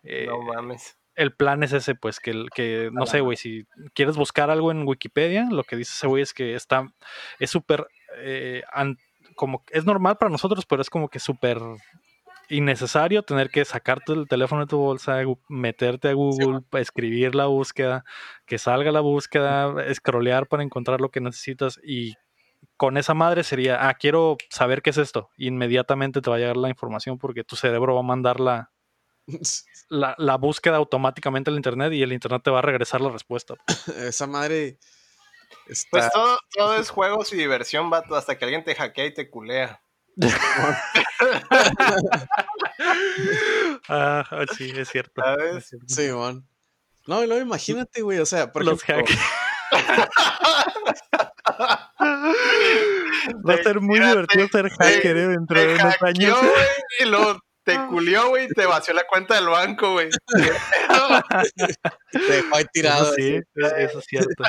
Speaker 1: Eh,
Speaker 3: No mames.
Speaker 1: el plan es ese, pues, que, el- que no
Speaker 2: Ojalá.
Speaker 1: sé, güey, si quieres buscar algo en Wikipedia, lo que dice ese güey es que está, es súper, eh, an- como, es normal para nosotros, pero es como que súper innecesario tener que sacarte el teléfono de tu bolsa, gu- meterte a Google, pa- escribir la búsqueda, que salga la búsqueda, scrollear para encontrar lo que necesitas y con esa madre sería, ah, quiero saber qué es esto. Inmediatamente te va a llegar la información porque tu cerebro va a mandar la, la, la búsqueda automáticamente al internet y el internet te va a regresar la respuesta.
Speaker 2: [LAUGHS] Esa madre está...
Speaker 3: Pues todo, todo es juegos y diversión, vato, hasta que alguien te hackea y te culea.
Speaker 1: Ah, sí, es cierto.
Speaker 3: ¿Sabes?
Speaker 1: Es cierto.
Speaker 2: Sí, man. No, y luego imagínate, güey, o sea, por
Speaker 1: Los
Speaker 2: ejemplo,
Speaker 1: hackers. Va a ser muy divertido ser hacker eh, dentro de
Speaker 3: Te
Speaker 1: unos
Speaker 3: hackeó,
Speaker 1: años.
Speaker 3: güey, y luego te culió, güey, y te vació la cuenta del banco, güey. [LAUGHS]
Speaker 2: te dejó ahí
Speaker 1: [LAUGHS]
Speaker 2: tirado.
Speaker 1: Eso sí, es- eso es
Speaker 3: [LAUGHS]
Speaker 1: cierto.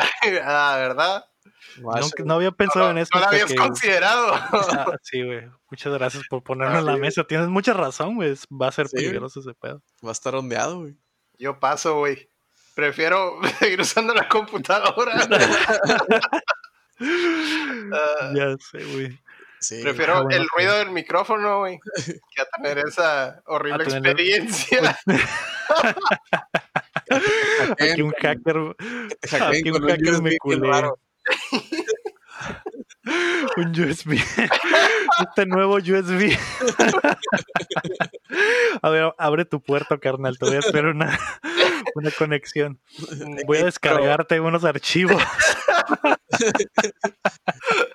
Speaker 3: ah, ¿verdad?
Speaker 2: así,
Speaker 1: No,
Speaker 2: guacho.
Speaker 1: no había pensado en esto.
Speaker 3: No lo
Speaker 1: hasta
Speaker 3: habías
Speaker 1: que-
Speaker 3: considerado.
Speaker 1: Ah, sí, güey. Muchas gracias por ponerlo en la
Speaker 2: Sí.
Speaker 1: mesa. Tienes mucha razón, güey. es- Va a ser
Speaker 2: Sí.
Speaker 1: peligroso ese pedo.
Speaker 2: Va a estar ondeado, güey.
Speaker 3: Yo paso, güey. Prefiero [LAUGHS] seguir usando la
Speaker 1: [LAUGHS]
Speaker 3: computadora. Ah,
Speaker 1: Ya sé,
Speaker 3: [LAUGHS]
Speaker 1: güey.
Speaker 2: Sí, güey.
Speaker 3: Prefiero
Speaker 1: Ah, bueno,
Speaker 3: el
Speaker 1: sí.
Speaker 3: ruido del micrófono, güey, que a
Speaker 1: [LAUGHS]
Speaker 3: tener esa horrible
Speaker 1: A tener- pues
Speaker 3: experiencia.
Speaker 1: Que
Speaker 3: Em,
Speaker 1: un hacker,
Speaker 2: Que te hackeen
Speaker 1: aquí un
Speaker 2: con un
Speaker 1: hacker
Speaker 2: USB
Speaker 1: Ah, me
Speaker 2: bien
Speaker 1: culea.
Speaker 2: raro.
Speaker 1: [LAUGHS] un USB. [LAUGHS] este nuevo USB. [LAUGHS] a ver, abre tu puerto, carnal. Te voy a hacer una, [LAUGHS] una conexión.
Speaker 2: [LAUGHS]
Speaker 1: Voy a descargarte unos archivos. [LAUGHS]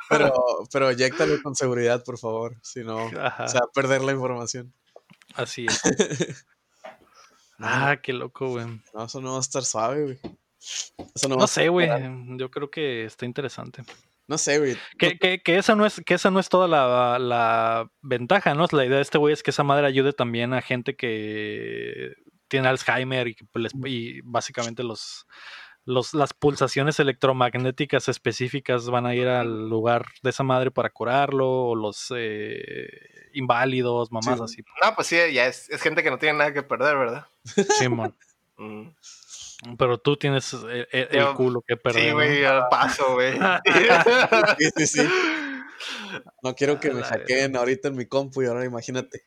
Speaker 2: Pero, pero eyéctalo con seguridad, por favor. Si no, se
Speaker 1: Ajá,
Speaker 2: va a perder la información.
Speaker 1: así es.
Speaker 2: [LAUGHS]
Speaker 1: Ah, qué loco, güey.
Speaker 2: No, eso no va a estar suave, güey. Eso no, va
Speaker 1: No
Speaker 2: a estar-
Speaker 1: sé, güey. Yo creo que está interesante.
Speaker 2: No sé, güey.
Speaker 1: Que, que- que esa no es, que esa no es toda la, la ventaja, ¿no? La idea de este güey es que esa madre ayude también a gente que tiene Alzheimer y, que pues, les- y básicamente los, los, las pulsaciones electromagnéticas específicas van a ir al lugar de esa madre para curarlo, o los eh, inválidos, mamás
Speaker 2: Sí.
Speaker 1: así.
Speaker 3: [LAUGHS] No, pues sí, ya es, es gente que no tiene nada que perder, ¿verdad?
Speaker 1: Simón.
Speaker 3: Mm.
Speaker 1: Pero tú tienes el, el- el
Speaker 3: Yo-
Speaker 1: culo que perder.
Speaker 3: Sí,
Speaker 1: ¿no?
Speaker 3: güey, yo
Speaker 1: [LAUGHS]
Speaker 3: paso, güey. [LAUGHS]
Speaker 2: Sí, sí, sí. No quiero que
Speaker 1: A
Speaker 2: me
Speaker 1: la
Speaker 2: hackeen ahorita en mi compu y ahora imagínate.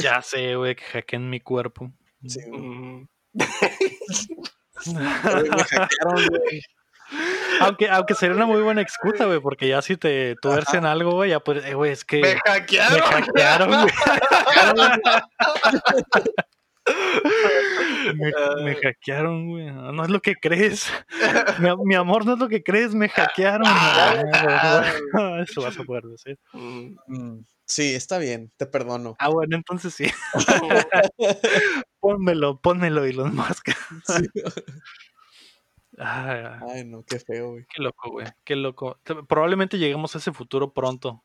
Speaker 1: Ya sé, güey, que hackeen mi cuerpo.
Speaker 2: Sí, güey.
Speaker 3: Mm.
Speaker 1: [LAUGHS]
Speaker 2: Pero, güey, me hackearon, güey.
Speaker 1: Aunque, aunque sería una muy buena excusa, [LAUGHS] güey, porque ya si te tuercen algo, güey, ya pues, eh, güey, es que
Speaker 3: Me
Speaker 1: me
Speaker 3: hackearon.
Speaker 1: hackearon, güey. [LAUGHS] Me, me hackearon, güey. No no es lo que crees. Mi, mi amor, no es lo que crees, me hackearon. Ah, [LAUGHS] Eso vas a poder decir.
Speaker 3: Mm.
Speaker 2: Mm, Sí, está bien, te perdono.
Speaker 1: Ah, bueno, entonces sí. [LAUGHS]
Speaker 3: Mm.
Speaker 1: Pónmelo, pónmelo, Elon Musk. [LAUGHS] Ah,
Speaker 2: Sí.
Speaker 1: Ay, ay,
Speaker 2: Ay, no, qué feo, güey.
Speaker 1: qué loco, güey. Qué loco. Te- Probablemente lleguemos a ese futuro pronto.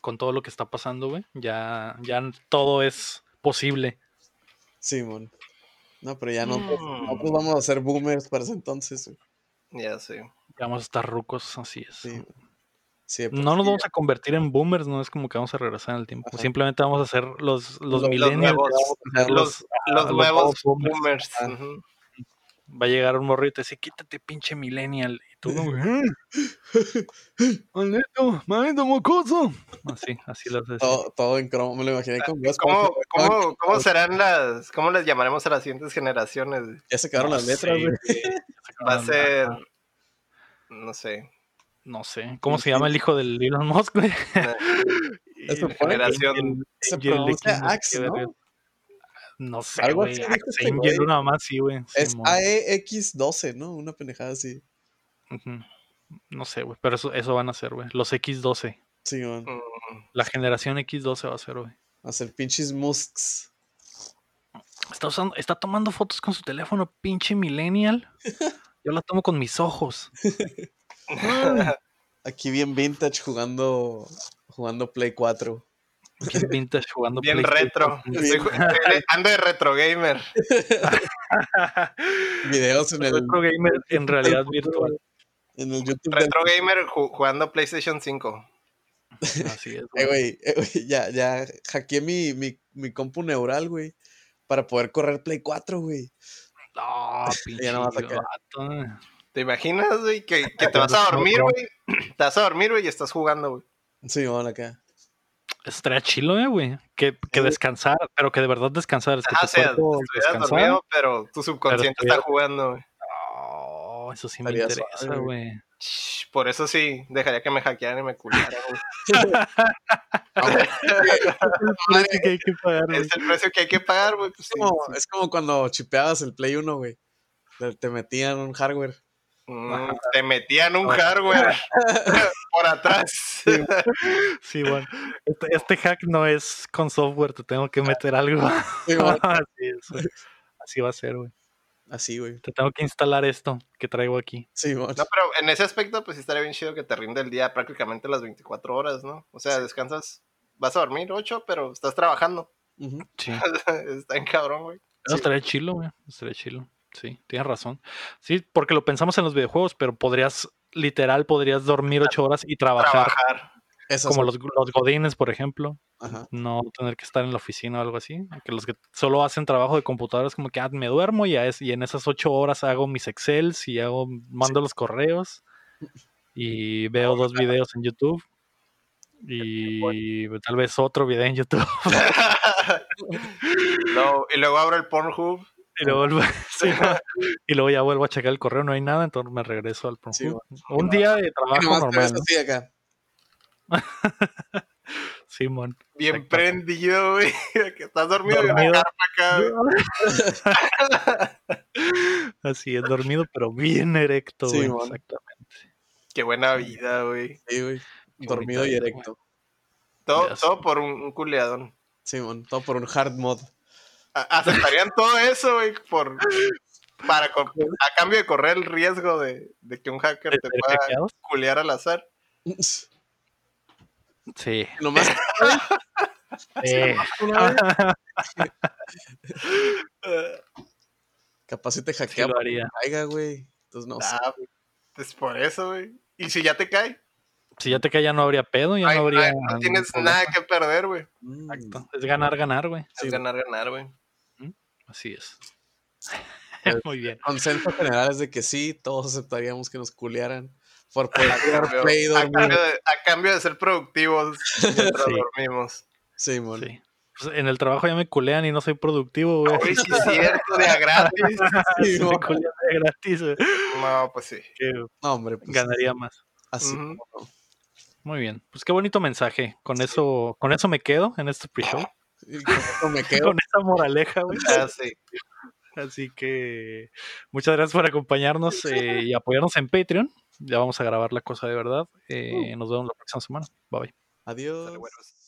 Speaker 1: Con todo lo que está pasando, güey. Ya, ya todo es posible.
Speaker 2: Simón. No, pero ya no, pues, no,
Speaker 3: Mm.
Speaker 2: pues vamos a ser boomers para ese entonces, güey.
Speaker 3: Ya sé.
Speaker 1: Ya vamos a estar rucos, así es.
Speaker 2: Sí. Sí, pues,
Speaker 1: No nos vamos a convertir en boomers, no es como que vamos a regresar en el tiempo.
Speaker 2: Ajá.
Speaker 1: Simplemente vamos a ser los, los,
Speaker 2: Los- los
Speaker 3: Los
Speaker 1: millennials.
Speaker 3: nuevos,
Speaker 2: a ser
Speaker 3: los, los
Speaker 1: Ah, los
Speaker 3: nuevos
Speaker 1: nuevos
Speaker 3: boomers.
Speaker 2: Ah.
Speaker 3: ujú.
Speaker 1: Va a llegar un morrito y te dice, quítate, pinche millennial. Y
Speaker 2: [LAUGHS]
Speaker 1: tú, güey. Maldito, maldito mocoso. Así, así lo haces.
Speaker 2: todo, todo en cromo, me lo imaginé con Dios.
Speaker 3: ¿Cómo,
Speaker 2: Todo en
Speaker 3: cómo, cómo
Speaker 2: cromo.
Speaker 3: serán las, cómo les llamaremos a las siguientes generaciones? güey?
Speaker 2: Ya se quedaron las letras, güey. [LAUGHS]
Speaker 3: Va a ser, no sé,
Speaker 1: No sé. ¿Cómo
Speaker 2: Sí,
Speaker 1: se
Speaker 2: sí.
Speaker 1: llama el hijo del Elon Musk, güey?
Speaker 3: [LAUGHS] una-
Speaker 2: Eso fue.
Speaker 3: generación.
Speaker 2: Se
Speaker 1: Angel de
Speaker 2: pronuncia
Speaker 1: Kindle,
Speaker 2: Axe,
Speaker 1: qué
Speaker 2: ¿no?
Speaker 1: verga. [LAUGHS] No sé,
Speaker 2: Algo
Speaker 1: güey. Ah,
Speaker 2: así dijo
Speaker 1: Axe
Speaker 2: este
Speaker 1: Angel,
Speaker 2: güey.
Speaker 1: una mamá así, ah, güey.
Speaker 2: Es E.
Speaker 1: Simón.
Speaker 2: AEX12, ¿no? Una pendejada así.
Speaker 1: Ujú. No sé, güey. Pero eso, eso van a ser, güey. Los X12.
Speaker 2: Simón.
Speaker 3: mm,
Speaker 1: La generación X12 va a ser, güey.
Speaker 2: Hacer pinches musks.
Speaker 1: Está, usando, está tomando fotos con su teléfono, pinche
Speaker 2: [LAUGHS]
Speaker 1: millennial. Yo la tomo con mis ojos.
Speaker 2: Aquí bien vintage jugando jugando Play 4.
Speaker 1: Bien vintage jugando
Speaker 3: Bien
Speaker 1: PlayStation.
Speaker 3: retro.
Speaker 2: Bien.
Speaker 3: Estoy ju- [LAUGHS] estoy- Ando de retro gamer.
Speaker 2: Videos en el,
Speaker 1: retro gamer en
Speaker 2: [LAUGHS]
Speaker 1: realidad virtual.
Speaker 2: en el YouTube. del-
Speaker 3: Retro gamer ju- jugando PlayStation 5.
Speaker 1: Así es. güey.
Speaker 2: Eh, güey, eh, güey, ya, ya hackeé mi, mi, mi compu neural, güey. Para poder correr Play 4, güey.
Speaker 1: No, Ah, pinche
Speaker 2: Ya no vas a caer.
Speaker 1: vato, güey.
Speaker 3: ¿Te imaginas, güey? Que, que te vas a dormir, güey. [CLEARS THROAT] Te vas a dormir, güey, y estás jugando, güey.
Speaker 2: Sí, bueno, acá.
Speaker 1: Estaría chilo, eh, güey. Que, que
Speaker 2: Sí.
Speaker 1: descansar, pero que de verdad descansar. Es que
Speaker 3: Ah, o
Speaker 1: tu
Speaker 3: sea,
Speaker 1: cuerpo
Speaker 3: estuvieras
Speaker 1: descansar.
Speaker 3: dormido, pero tu subconsciente
Speaker 1: Pero
Speaker 3: está jugando, güey.
Speaker 1: Oh, eso sí me
Speaker 2: Estaría
Speaker 1: interesa,
Speaker 2: suave,
Speaker 1: güey.
Speaker 3: Ch, Por eso sí, dejaría que me hackearan y me cularan, güey. [LAUGHS]
Speaker 1: Parece que hay que pagar, güey.
Speaker 3: Es el precio que hay que pagar, güey. Pues,
Speaker 2: Es
Speaker 3: sí,
Speaker 2: como,
Speaker 3: sí.
Speaker 2: es como cuando chipeabas el Play 1, güey. Te- Te metían un hardware.
Speaker 3: Mm, te metían
Speaker 1: [LAUGHS]
Speaker 3: un hardware por [LAUGHS] atrás.
Speaker 1: Sí, bueno. [LAUGHS] Este, este hack no es con software, te tengo que meter algo. [LAUGHS]
Speaker 2: Sí, bueno,
Speaker 1: Así es, güey. Así va a ser, güey.
Speaker 2: [LAUGHS] así, güey.
Speaker 1: Te tengo que instalar esto que traigo aquí.
Speaker 2: Sí, bueno.
Speaker 1: pues.
Speaker 3: No, pero en ese aspecto, pues sí estaría bien chido que te rinde el día prácticamente las 24 horas, ¿no? O sea, descansas, vas a dormir 8, pero estás trabajando. [LAUGHS]
Speaker 2: Ujú.
Speaker 1: [LAUGHS] Sí.
Speaker 3: Está en cabrón, güey.
Speaker 1: Eso estaría chilo, güey. Estaría chilo. Sí, tienes razón. Sí, porque lo pensamos en los videojuegos, pero podrías, literal, podrías dormir ocho horas y trabajar.
Speaker 3: Trabajar.
Speaker 2: Esas
Speaker 1: Como
Speaker 2: son-
Speaker 1: los, los godines, por ejemplo.
Speaker 2: Ajá.
Speaker 1: No tener que estar en la oficina o algo así. Que los que solo hacen trabajo de computadoras como que ah, me duermo y, a es- y en esas ocho horas hago mis excels y hago, mando los correos y veo dos
Speaker 2: pues
Speaker 1: videos en YouTube. Y tal vez otro video en YouTube. [LAUGHS]
Speaker 3: No, y luego abro el Pornhub.
Speaker 1: Y
Speaker 2: [LAUGHS]
Speaker 1: luego, vuelvo- sí, ¿no? [LAUGHS] y luego ya vuelvo a checar el correo, no hay nada, entonces me regreso al
Speaker 2: Sí,
Speaker 1: Pornhub. Un día de
Speaker 2: Y nomás
Speaker 1: trabajo
Speaker 2: te
Speaker 1: normal,
Speaker 2: ves
Speaker 1: ¿no?
Speaker 2: así acá.
Speaker 1: Simón.
Speaker 3: Bien
Speaker 1: Exacto.
Speaker 3: prendido, güey. [LAUGHS] Que estás dormido, y una
Speaker 1: Dormido.
Speaker 2: ah,
Speaker 3: carpa acá, güey.
Speaker 1: [LAUGHS] Así es, dormido, pero bien erecto, güey.
Speaker 2: Simón.
Speaker 1: Exactamente.
Speaker 3: Qué buena vida, güey.
Speaker 2: Sí, güey.
Speaker 1: bonita
Speaker 2: Dormido y
Speaker 1: vida,
Speaker 2: erecto.
Speaker 3: Todo,
Speaker 1: Ya sé.
Speaker 3: todo por un, un culeadón.
Speaker 2: Simón, todo por un hard mod. [LAUGHS]
Speaker 3: A- [LAUGHS] aceptarían todo eso, güey, por para co- a cambio de correr el riesgo de, de que un hacker
Speaker 1: ¿De
Speaker 3: te
Speaker 1: ser
Speaker 3: pueda
Speaker 1: hackeados?
Speaker 3: culear al azar.
Speaker 1: Sí.
Speaker 2: Nomás
Speaker 1: Eh,
Speaker 2: una vez, capaz si te
Speaker 1: sí
Speaker 2: hackea
Speaker 1: lo haría.
Speaker 2: caiga, güey. Entonces no sé.
Speaker 3: Ah, es por eso, güey. Y si ya te cae,
Speaker 1: Si ya te cae, ya no habría pedo, ya
Speaker 3: ay,
Speaker 1: no habría.
Speaker 3: ay, no tienes
Speaker 1: ningún
Speaker 3: nada que perder, güey.
Speaker 2: Mm.
Speaker 1: problema. Exacto. Es ganar, ganar, güey.
Speaker 3: Es ganar, ganar, güey.
Speaker 1: Así es.
Speaker 2: Pues-
Speaker 1: Muy bien.
Speaker 2: Consenso general es de que sí, todos aceptaríamos que nos culearan
Speaker 1: Ah,
Speaker 2: por poder
Speaker 3: A
Speaker 2: jugar Play y dormir.
Speaker 1: [LAUGHS]
Speaker 3: cambio, de, a cambio de ser productivos mientras
Speaker 1: Sí.
Speaker 3: dormimos.
Speaker 2: [LAUGHS] Simón.
Speaker 1: Sí. pues, en el trabajo ya me culean y no soy productivo, güey.
Speaker 3: Uy, sí es cierto, de a gratis.
Speaker 1: [LAUGHS] Sí,
Speaker 2: no,
Speaker 1: me culean de gratis, güey.
Speaker 3: [LAUGHS] No, pues sí.
Speaker 1: Que
Speaker 2: hombre, pues,
Speaker 1: ganaría más.
Speaker 2: así.
Speaker 3: Ujú.
Speaker 1: Muy bien. Pues qué bonito mensaje. Con eso, con eso me quedo en este pre-show.
Speaker 2: [LAUGHS] Y con esto me
Speaker 1: [LAUGHS]
Speaker 2: quedo.
Speaker 1: Con esa moraleja, güey.
Speaker 3: Ah, sí.
Speaker 1: Así que muchas gracias por acompañarnos eh, y apoyarnos en Patreon. Ya vamos a grabar la cosa de verdad. Eh, Nos vemos la próxima semana. Bye bye.
Speaker 2: Adiós.
Speaker 3: Sale, buenos.